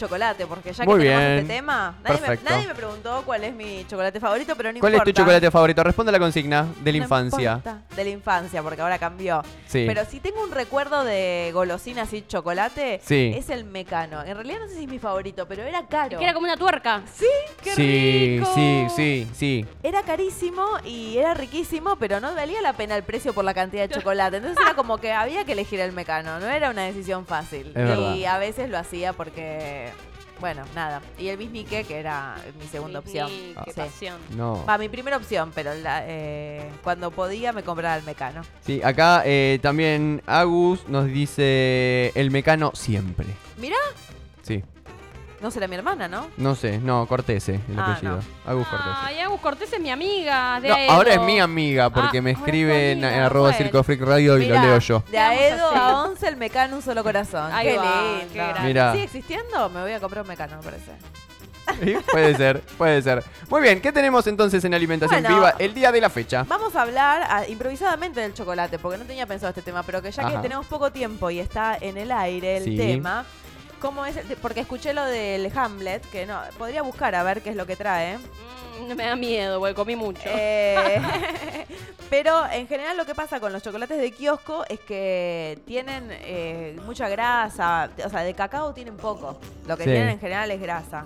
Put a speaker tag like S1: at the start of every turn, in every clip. S1: chocolate, porque ya que
S2: Muy
S1: tenemos
S2: bien.
S1: este tema, nadie me,
S2: Perfecto.
S1: nadie me preguntó cuál es mi chocolate favorito, pero no
S2: ¿Cuál
S1: importa.
S2: es tu chocolate favorito? Responde a la consigna de la
S1: No
S2: infancia.
S1: importa. De la infancia, porque ahora cambió.
S2: Sí.
S1: Pero si tengo un recuerdo de golosinas y chocolate,
S2: Sí.
S1: es el mecano. En realidad no sé si es mi favorito, pero era caro.
S3: Que era como una tuerca. ¡Qué
S2: sí,
S3: rico!
S2: sí, sí, sí.
S1: Era carísimo y era riquísimo, pero no valía la pena el precio por la cantidad de chocolate. Entonces era como que había que elegir el mecano, no era una decisión fácil. y
S2: Es verdad.
S1: a veces lo hacía porque, bueno, nada. Y el bisnique, que era mi segunda opción.
S3: Sí, Qué
S1: Sí.
S3: pasión.
S2: No.
S1: Va, mi primera opción, pero la- eh, cuando podía me compraba el mecano.
S2: Sí, acá eh, también Agus nos dice el mecano siempre.
S1: Mirá.
S2: Sí,
S1: No será mi hermana, ¿no?
S2: no sé, no, Cortese el
S1: Ah,
S2: apellido. Agus Cortese.
S3: Ay, Agus Cortés es mi amiga. De
S2: No, ahora es
S3: Edo.
S2: mi amiga porque
S3: Ah,
S2: me
S3: ahora es tu
S2: escribe en,
S3: amiga,
S2: en arroba
S3: Rafael.
S2: Circo Freak Radio y
S1: Mirá,
S2: lo leo yo.
S1: De
S3: vamos a
S1: Aedo
S3: hacer?
S1: a 11, el mecano, un solo corazón.
S3: Ahí
S1: qué
S3: va,
S1: lindo.
S3: qué grande.
S2: Mirá.
S1: ¿Sigue existiendo? Me voy a comprar un mecano, me parece.
S2: Sí, Puede ser, puede ser. Muy bien, ¿qué tenemos entonces en alimentación
S1: Bueno.
S2: viva el día de la fecha?
S1: Vamos a hablar ah, improvisadamente del chocolate, porque no tenía pensado este tema, pero que ya que
S2: Ajá.
S1: tenemos poco tiempo y está en el aire el
S2: Sí.
S1: tema, ¿cómo es? el te- Porque escuché lo del Hamlet, que no, podría buscar a ver qué es lo que trae.
S3: Mm, me da miedo, porque comí mucho.
S1: Eh, pero en general lo que pasa con los chocolates de kiosco es que tienen eh, mucha grasa, o sea, de cacao tienen poco. Lo que
S2: Sí.
S1: tienen en general es grasa.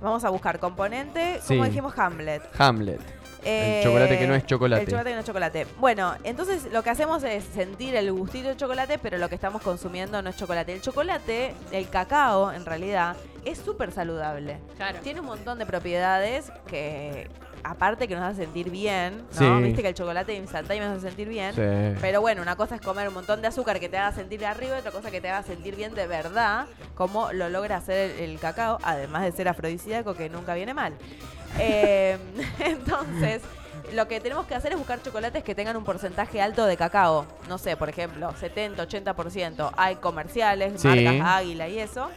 S1: Vamos a buscar componente,
S2: Sí.
S1: como dijimos Hamlet.
S2: Hamlet.
S1: Eh,
S2: chocolate que no es chocolate.
S1: El chocolate que no es chocolate. Bueno, entonces lo que hacemos es sentir el gustito de chocolate, pero lo que estamos consumiendo no es chocolate. El chocolate, el cacao, en realidad, es súper saludable.
S3: Claro.
S1: Tiene un montón de propiedades que, aparte que nos hace sentir bien, ¿no?
S2: Sí.
S1: Viste que el chocolate instantáneo nos hace sentir bien.
S2: Sí.
S1: Pero bueno, una cosa es comer un montón de azúcar que te haga sentir arriba, y otra cosa que te haga sentir bien de verdad, como lo logra hacer el, el cacao, además de ser afrodisíaco, que nunca viene mal. Eh, entonces, lo que tenemos que hacer es buscar chocolates que tengan un porcentaje alto de cacao. No sé, por ejemplo, 70, 80%. Hay comerciales,
S2: Sí.
S1: marcas Águila y eso.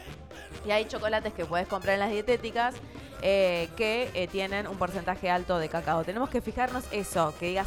S1: Y hay chocolates que puedes comprar en las dietéticas eh, que eh, tienen un porcentaje alto de cacao. Tenemos que fijarnos eso, que diga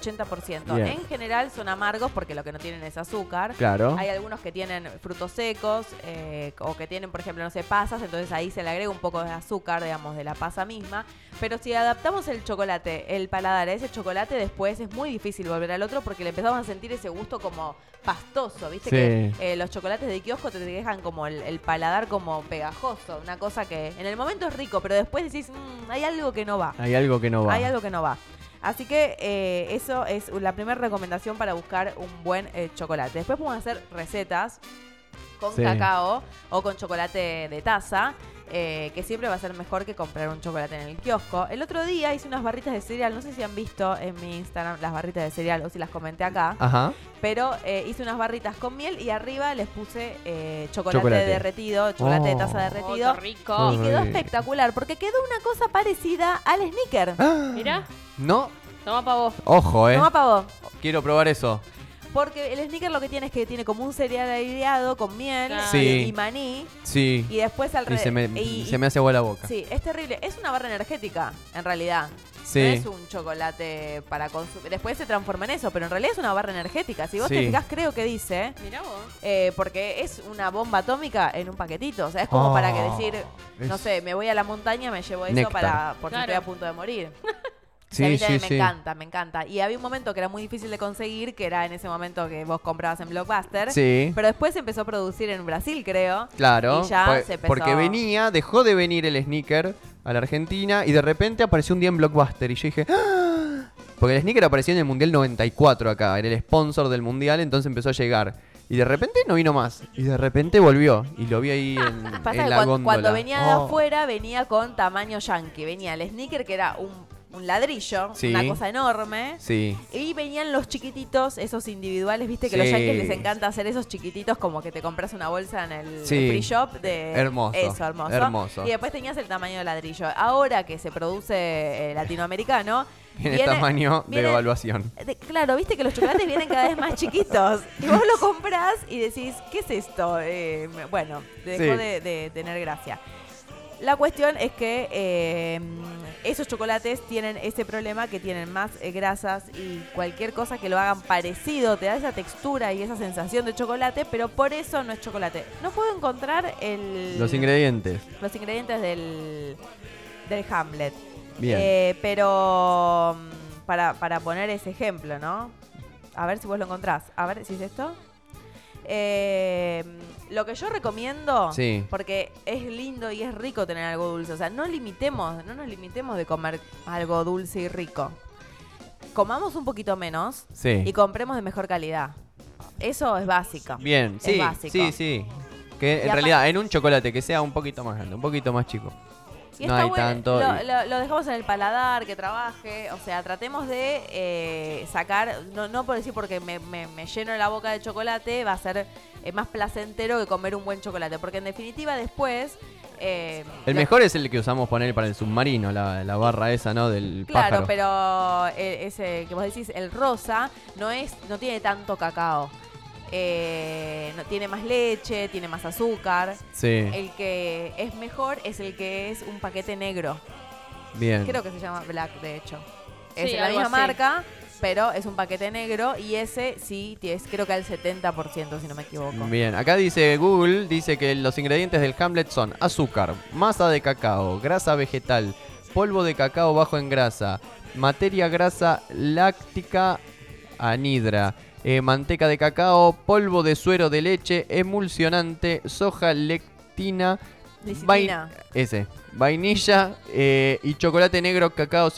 S1: 70-80%.
S2: Bien.
S1: En general son amargos porque lo que no tienen es azúcar.
S2: Claro.
S1: Hay algunos que tienen frutos secos eh, o que tienen, por ejemplo, no sé, pasas, entonces ahí se le agrega un poco de azúcar, digamos, de la pasa misma. Pero si adaptamos el chocolate, el paladar a ese chocolate, después es muy difícil volver al otro porque le empezamos a sentir ese gusto como pastoso, ¿viste?
S2: Sí.
S1: Que eh, los chocolates de kiosco te dejan como el, el paladar como pegajoso, una cosa que en el momento es rico, pero después decís, "Mm, hay algo que no va.
S2: Hay algo que no va.
S1: Hay algo que no va. Así que eh, eso es la primera recomendación para buscar un buen eh, chocolate. Después podemos hacer recetas con
S2: Sí.
S1: cacao o con chocolate de taza, eh, que siempre va a ser mejor que comprar un chocolate en el kiosco. El otro día hice unas barritas de cereal, no sé si han visto en mi Instagram las barritas de cereal o si las comenté acá,
S2: Ajá.
S1: pero eh, hice unas barritas con miel y arriba les puse eh, chocolate,
S2: Chocolate.
S1: derretido, chocolate de taza
S2: Oh.
S1: derretido.
S3: Oh, qué rico.
S2: Ah.
S1: Y quedó
S2: Ay.
S1: espectacular, porque quedó una cosa parecida al sneaker.
S2: Ah,
S3: Mirá,
S2: No,
S3: toma pa' vos.
S2: ojo, eh.
S1: Toma pa' vos.
S2: Quiero probar eso.
S1: Porque el sneaker lo que tiene es que tiene como un cereal aireado con miel
S3: Claro.
S2: Sí.
S1: y, y maní.
S2: Sí.
S1: Y después al
S2: Y
S1: re-
S2: se me,
S1: y-
S2: se me hace agua la boca.
S1: Sí, es terrible. Es una barra energética, en realidad.
S2: Sí.
S1: No es un chocolate para consumir. Después se transforma en eso, pero en realidad es una barra energética. Si vos te
S2: Sí.
S1: fijas, creo que dice.
S3: Mirá vos.
S1: eh, porque es una bomba atómica en un paquetito. O sea, es como
S2: Oh,
S1: para que decir, no
S2: es-
S1: sé, me voy a la montaña, me llevo eso
S2: Néctar.
S1: para porque
S3: Claro.
S1: estoy a punto de morir.
S2: Sí,
S1: La vida
S2: sí,
S1: me
S2: sí.
S1: encanta, me encanta. Y había un momento que era muy difícil de conseguir, que era en ese momento que vos comprabas en Blockbuster.
S2: Sí.
S1: Pero después se empezó a producir en Brasil, creo.
S2: Claro,
S1: Y ya
S2: por-
S1: se empezó-
S2: porque venía, dejó de venir el sneaker a la Argentina y de repente apareció un día en Blockbuster y yo dije, "Ah". porque el sneaker apareció en el Mundial 94 acá, era el sponsor del Mundial, entonces empezó a llegar. Y de repente no vino más, y de repente volvió, y lo vi ahí en,
S1: Ah, Pasa
S2: en
S1: que
S2: la
S1: cuando,
S2: góndola.
S1: cuando venía de
S2: Oh,
S1: afuera, venía con tamaño yankee. Venía el sneaker, que era un, un ladrillo,
S2: Sí.
S1: una cosa enorme.
S2: Sí,
S1: Y venían los chiquititos, esos individuales, viste que los
S2: Sí.
S1: yankees les encanta hacer esos chiquititos, como que te compras una bolsa en el
S2: Sí.
S1: free shop de
S2: Hermoso,
S1: Eso, hermoso.
S2: hermoso.
S1: Y después tenías el tamaño de ladrillo. Ahora que se produce eh, latinoamericano,
S2: en
S1: viene-
S2: el tamaño
S1: viene-
S2: de evaluación.
S1: de- claro, viste que los chocolates vienen cada vez más chiquitos. Y vos lo comprás y decís, ¿qué es esto? Eh, me- bueno, te dejó
S2: Sí.
S1: de, de tener gracia. La cuestión es que eh, esos chocolates tienen ese problema que tienen más eh, grasas y cualquier cosa que lo hagan parecido te da esa textura y esa sensación de chocolate, pero por eso no es chocolate. No puedo encontrar el,
S2: Los ingredientes.
S1: los ingredientes del, del Hamlet.
S2: Bien.
S1: Eh, pero mm, para, para poner ese ejemplo, ¿no? A ver si vos lo encontrás. A ver si es esto. Eh, lo que yo recomiendo,
S2: Sí.
S1: porque es lindo y es rico tener algo dulce. O sea, no limitemos, no nos limitemos de comer algo dulce y rico. Comamos un poquito menos
S2: Sí.
S1: y compremos de mejor calidad. Eso es básico.
S2: Bien,
S1: Es
S2: sí,
S1: básico.
S2: sí, sí. Que en
S1: apa-
S2: realidad, en un chocolate que sea un poquito más grande, un poquito más chico.
S1: Y
S2: no
S1: está
S2: hay
S1: bueno,
S2: tanto.
S1: Lo,
S2: y-
S1: lo- lo dejamos en el paladar, que trabaje. O sea, tratemos de eh, sacar, no, no por decir porque me, me- me lleno la boca de chocolate, va a ser eh, más placentero que comer un buen chocolate. Porque en definitiva después... eh,
S2: El
S1: lo-
S2: mejor es el que usamos poner para el submarino, la, la barra esa, ¿no? Del
S1: Claro,
S2: pájaro.
S1: pero eh, ese que vos decís, el rosa, no es, no tiene tanto cacao. Eh, no, tiene más leche, tiene más azúcar.
S2: Sí,
S1: El que es mejor es el que es un paquete negro.
S2: bien.
S1: Creo que se llama Black, de hecho. Es
S3: Sí,
S1: la
S3: algo
S1: misma
S3: así.
S1: marca, pero es un paquete negro y ese sí t- es creo que al 70%, si no me equivoco.
S2: Bien, acá dice Google, dice que los ingredientes del Hamlet son azúcar, masa de cacao, grasa vegetal, polvo de cacao bajo en grasa, materia grasa láctica anhidra, eh, manteca de cacao, polvo de suero de leche, emulsionante, soja lectina,
S1: Licitina.
S2: vain- ese, vainilla eh, y chocolate negro cacao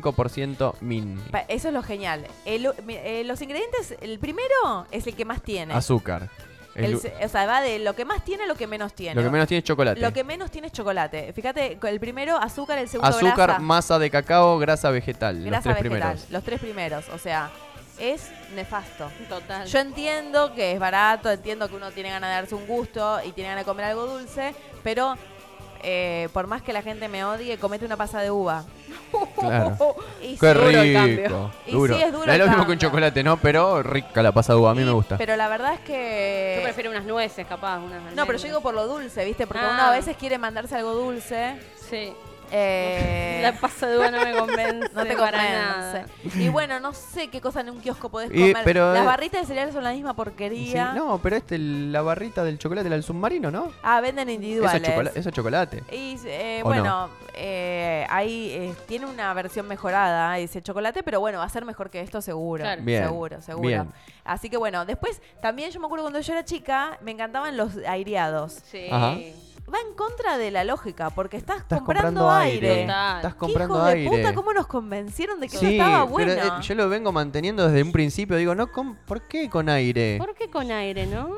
S2: 55% min.
S1: Pa- Eso es lo genial. El u- mi- eh, los ingredientes, el primero es el que más tiene.
S2: Azúcar. El-
S1: El se- o sea, va de lo que más tiene a lo que menos tiene.
S2: lo que menos tiene es chocolate.
S1: Lo que menos tiene es chocolate. Fíjate, el primero azúcar, el segundo
S2: Azúcar,
S1: grasa.
S2: masa de cacao, grasa vegetal. los
S1: grasa
S2: tres
S1: vegetal.
S2: primeros.
S1: Los tres primeros. O sea, es nefasto.
S3: Total.
S1: Yo entiendo que es barato, entiendo que uno tiene ganas de darse un gusto y tiene ganas de comer algo dulce, pero eh, por más que la gente me odie, comete una pasa de uva.
S2: Claro.
S1: Y sí,
S2: Qué rico.
S1: duro el cambio. Y
S2: Duro.
S1: sí, es duro
S2: No es
S1: el
S2: lo mismo que
S1: cambio.
S2: un chocolate, ¿no? Pero rica la pasa de uva. A mí
S1: Y-
S2: me gusta.
S1: Pero la verdad es
S3: Yo
S1: que...
S3: prefiero unas nueces, capaz.
S1: eh,
S3: Unas
S1: no, pero
S3: almendras.
S1: yo digo por lo dulce, ¿viste? Porque
S3: Ah.
S1: uno a veces quiere mandarse algo dulce.
S3: Sí.
S1: eh,
S3: La pasa de uva no me convence.
S1: No te
S3: para
S1: convence.
S3: nada.
S1: Y bueno, no sé qué cosa en un kiosco podés
S2: Y-
S1: comer.
S2: pero- eh,
S1: Las barritas de cereal son la misma
S2: Sí,
S1: porquería.
S2: no, pero este, la barrita del chocolate, la del submarino, ¿no?
S1: Ah, venden
S2: Eso
S1: individuales.
S2: es, chocola- eso es chocolate.
S1: Y eh,
S2: ¿O
S1: bueno, eh, ahí eh, tiene una versión mejorada ese chocolate, pero bueno, va a ser mejor que esto seguro.
S3: Claro.
S2: Bien,
S1: Seguro, seguro.
S2: bien.
S1: Así que bueno, después también yo me acuerdo cuando yo era chica, me encantaban los aireados.
S3: Sí.
S2: Ajá.
S1: Va en contra de la lógica, porque estás,
S2: Estás
S1: comprando,
S2: comprando
S1: aire.
S2: aire.
S3: Total.
S2: Estás
S3: ¿Qué
S1: ¿Qué
S2: comprando
S1: hijos
S2: aire.
S1: de puta, cómo nos convencieron de que
S2: Sí,
S1: eso estaba
S2: pero,
S1: bueno.
S2: eh, yo lo vengo manteniendo desde un principio. Digo, no, com- ¿por qué con aire?
S3: ¿Por qué con aire, no?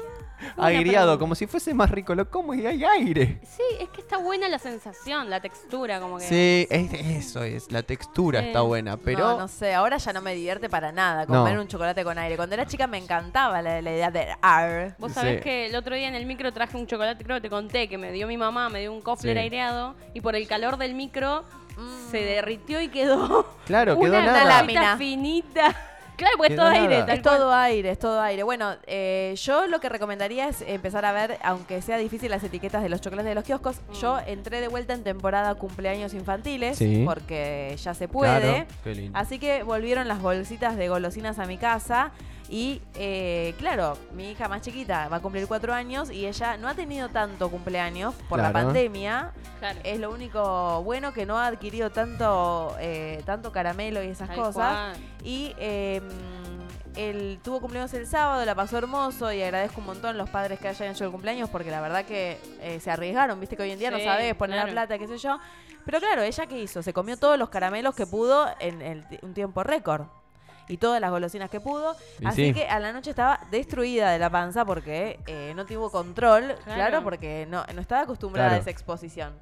S2: Aireado,
S3: Agriado,
S2: como si fuese más rico. Lo como y hay aire.
S3: Sí, es que está buena la sensación, la textura, como que.
S2: Sí, es- eso es. La textura
S3: Sí.
S2: está buena, pero...
S1: No, no sé, ahora ya no me divierte para nada comer
S2: No.
S1: un chocolate con aire. Cuando era chica me encantaba la, la idea de ar.
S3: Vos
S2: Sí.
S3: sabés que el otro día en el micro traje un chocolate, creo que te conté, que me dio mi mamá, me dio un cofler
S2: Sí.
S3: aireado y por el calor del micro se derritió y quedó
S2: Claro, quedó
S3: una
S2: nada.
S1: lámina.
S3: lámina finita. Claro, porque es
S2: Quedó
S3: todo aire.
S2: nada.
S3: tal
S1: Es todo
S3: cual.
S1: aire, es todo aire. Bueno, eh, yo lo que recomendaría es empezar a ver, aunque sea difícil, las etiquetas de los chocolates de los kioscos. Yo entré de vuelta en temporada cumpleaños infantiles,
S2: Sí.
S1: porque ya se puede.
S2: Claro, qué lindo.
S1: Así que volvieron las bolsitas de golosinas a mi casa. Y eh, claro, mi hija más chiquita va a cumplir cuatro años y ella no ha tenido tanto cumpleaños por la
S2: Claro.
S1: pandemia.
S3: Claro.
S1: Es lo único bueno que no ha adquirido tanto, eh, tanto caramelo y esas
S3: Tal
S1: cosas.
S3: cual.
S1: Y eh, él tuvo cumpleaños el sábado, la pasó hermoso y agradezco un montón los padres que hayan hecho el cumpleaños porque la verdad que eh, se arriesgaron, viste que hoy en día no
S3: Sí,
S1: sabes poner la
S3: claro.
S1: plata, qué sé yo. Pero claro, ella qué hizo, se comió todos los caramelos que pudo en el ti- un tiempo récord. Y todas las golosinas que pudo.
S2: Y
S1: Así
S2: sí.
S1: que a la noche estaba destruida de la panza porque eh, no tuvo control. Claro,
S3: Claro.
S1: porque no, no estaba acostumbrada a
S2: Claro.
S1: esa exposición.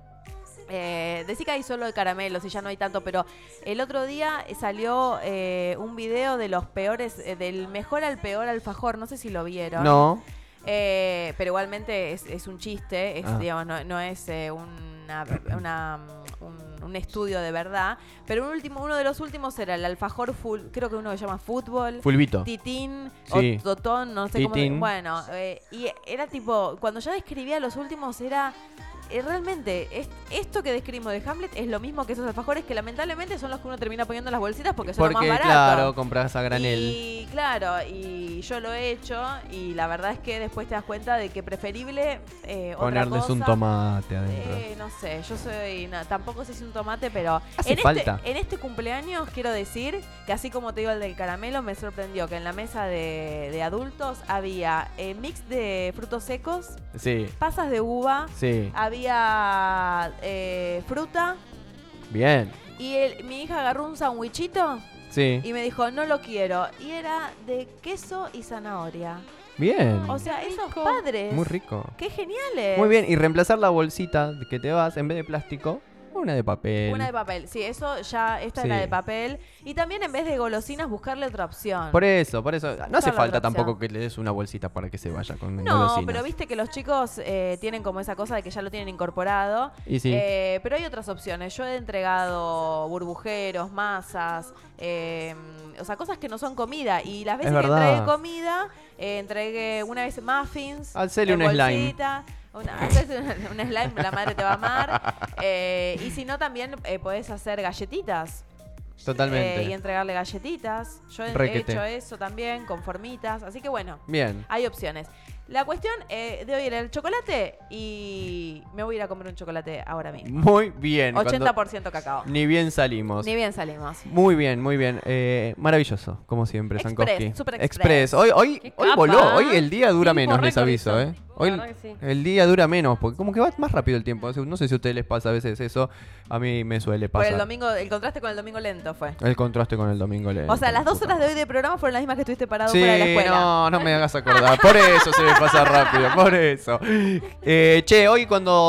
S1: Eh, decí que hay solo de caramelos y ya no hay tanto, pero el otro día eh, salió eh, un video de los peores, eh, del mejor al peor alfajor, no sé si lo vieron.
S2: No,
S1: Eh, pero igualmente es, es un chiste, es,
S2: Ah.
S1: digamos, no, no es eh, una, una- un, un estudio de verdad. Pero un último, uno de los últimos era el alfajor, full, creo que uno que se llama fútbol.
S2: fulvito.
S1: Titín,
S2: Sí.
S1: o Totón, no sé cómo.
S2: Titín.
S1: Bueno, eh, y era tipo, cuando yo describía los últimos era eh, realmente, es- esto que describimos de Hamlet es lo mismo que esos alfajores que lamentablemente son los que uno termina poniendo en las bolsitas porque son los
S2: Porque,
S1: más baratos.
S2: claro, compras a granel.
S1: Y claro, y yo lo he hecho y la verdad es que después te das cuenta de que preferible eh, otra
S2: Ponerles
S1: cosa.
S2: un tomate adentro.
S1: Eh, no sé, yo soy. no, tampoco sé si un tomate, pero.
S2: Hace
S1: en,
S2: falta.
S1: Este, en este cumpleaños quiero decir que, así como te digo el del caramelo, me sorprendió que en la mesa de, de adultos había eh, mix de frutos secos,
S2: Sí,
S1: pasas de uva,
S2: sí.
S1: había eh, fruta.
S2: Bien.
S1: Y el- mi hija agarró un sandwichito
S2: Sí.
S1: y me dijo, no lo quiero. Y era de queso y zanahoria.
S2: Bien.
S1: O sea, eh, esos
S3: rico.
S1: padres.
S2: Muy rico.
S1: ¡Qué geniales!
S2: Muy bien. Y reemplazar la bolsita que te vas, en vez de plástico, una de papel.
S1: Una de papel, sí, eso ya, esta
S2: Sí.
S1: era de papel. Y también en vez de golosinas, buscarle otra opción.
S2: Por eso, por eso. No hace
S1: la
S2: falta
S1: otra opción.
S2: tampoco que le des una bolsita para que se vaya con
S1: no,
S2: golosinas.
S1: pero viste que los chicos eh, tienen como esa cosa de que ya lo tienen incorporado.
S2: Y sí.
S1: Eh, pero hay otras opciones. Yo he entregado burbujeros, masas, eh, o sea, cosas que no son comida. Y las veces que
S2: verdad.
S1: entregué comida, eh, entregué una vez muffins.
S2: Hacele
S1: en
S2: un slime.
S1: bolsita, Una, hacés un- un slime, la madre te va a amar. Eh, y si no, también eh, podés hacer galletitas.
S2: Totalmente.
S1: Eh, y entregarle galletitas. Yo he
S2: Requete.
S1: hecho eso también con formitas. Así que bueno,
S2: Bien.
S1: hay opciones. La cuestión eh, de hoy era el chocolate y me voy a ir a comer un chocolate ahora mismo.
S2: Muy bien. cuando
S1: 80% cacao.
S2: Ni bien salimos.
S1: Ni bien salimos.
S2: Muy bien, muy bien. Eh, maravilloso, como siempre,
S1: Express,
S2: Sankoski.
S1: super
S2: Express. Hoy, hoy,
S3: Qué
S2: hoy
S3: capa,
S2: voló. Hoy
S3: ¿eh?
S2: el día dura
S3: Tiempo
S2: menos, les
S3: récord
S2: aviso,
S3: hizo.
S2: ¿eh? Hoy
S3: La verdad que sí.
S2: el día dura menos, porque como que va más rápido el tiempo. No sé si a ustedes les pasa a veces eso. A mí me suele
S1: Por
S2: pasar.
S1: el domingo, el contraste con el domingo lento fue.
S2: El contraste con el domingo lento.
S1: O sea, las dos horas de hoy de programa fueron las mismas que estuviste parado
S2: Sí,
S1: fuera de la escuela.
S2: no, no me hagas acordar. Por eso se me pasa rápido, por eso. Eh, che, hoy cuando